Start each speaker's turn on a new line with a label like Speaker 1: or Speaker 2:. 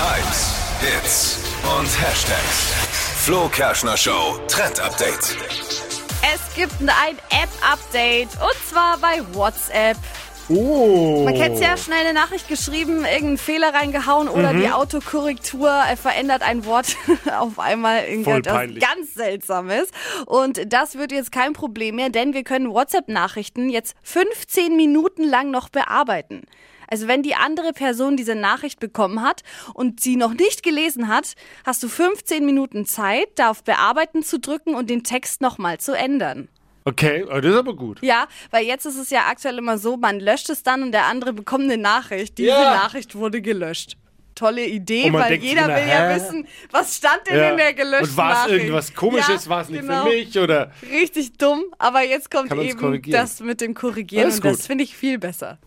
Speaker 1: Hypes, Hits und Hashtags. Flo Kerschner Show Trend Update.
Speaker 2: Es gibt ein App-Update und zwar bei WhatsApp.
Speaker 3: Oh.
Speaker 2: Man kennt's ja, schnell eine Nachricht geschrieben, irgendeinen Fehler reingehauen
Speaker 3: Mhm.
Speaker 2: oder die Autokorrektur äh, verändert ein Wort auf einmal
Speaker 3: Voll
Speaker 2: irgendwas
Speaker 3: peinlich.
Speaker 2: ganz Seltsames. Und das wird jetzt kein Problem mehr, denn wir können WhatsApp-Nachrichten jetzt 15 Minuten lang noch bearbeiten. Also wenn die andere Person diese Nachricht bekommen hat und sie noch nicht gelesen hat, hast du 15 Minuten Zeit, da auf Bearbeiten zu drücken und den Text nochmal zu ändern.
Speaker 3: Okay, aber das ist aber gut.
Speaker 2: Ja, weil jetzt ist es ja aktuell immer so, man löscht es dann und der andere bekommt eine Nachricht. Diese
Speaker 3: Ja.
Speaker 2: Nachricht wurde gelöscht. Tolle Idee,
Speaker 3: Und man
Speaker 2: weil
Speaker 3: denkt sich
Speaker 2: jeder
Speaker 3: immer,
Speaker 2: will ja
Speaker 3: hä?
Speaker 2: wissen, was stand denn
Speaker 3: Ja.
Speaker 2: in der gelöschten
Speaker 3: Und war es
Speaker 2: Nachricht?
Speaker 3: irgendwas Komisches?
Speaker 2: Ja,
Speaker 3: war es nicht
Speaker 2: genau.
Speaker 3: für mich? Oder?
Speaker 2: Richtig dumm, aber jetzt kommt
Speaker 3: Kann man's
Speaker 2: eben
Speaker 3: korrigieren.
Speaker 2: das mit dem Korrigieren
Speaker 3: Alles
Speaker 2: und
Speaker 3: gut.
Speaker 2: das finde ich viel besser.